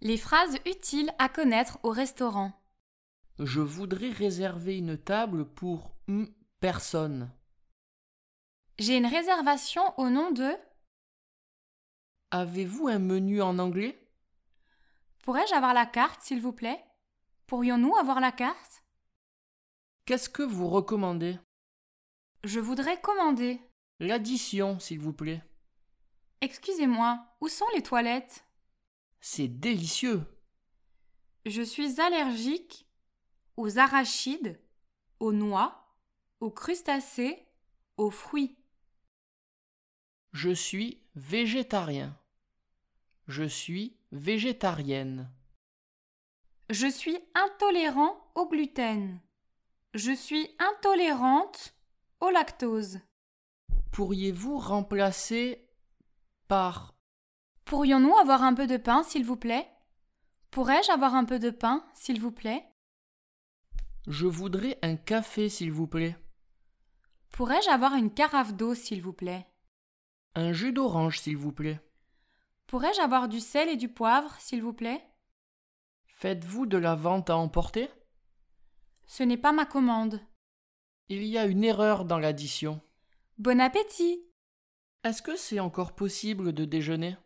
Les phrases utiles à connaître au restaurant. Je voudrais réserver une table pour une personne. J'ai une réservation au nom de. Avez-vous un menu en anglais Pourrais-je avoir la carte, s'il vous plaît Pourrions-nous avoir la carte Qu'est-ce que vous recommandez Je voudrais commander. L'addition, s'il vous plaît. Excusez-moi, où sont les toilettes C'est délicieux. Je suis allergique aux arachides, aux noix, aux crustacés, aux fruits. Je suis végétarien. Je suis végétarienne. Je suis intolérant au gluten. Je suis intolérante au lactose. Pourriez-vous remplacer par Pourrions-nous avoir un peu de pain, s'il vous plaît Pourrais-je avoir un peu de pain, s'il vous plaît Je voudrais un café, s'il vous plaît. Pourrais-je avoir une carafe d'eau, s'il vous plaît Un jus d'orange, s'il vous plaît. Pourrais-je avoir du sel et du poivre, s'il vous plaît Faites-vous de la vente à emporter Ce n'est pas ma commande. Il y a une erreur dans l'addition. Bon appétit Est-ce que c'est encore possible de déjeuner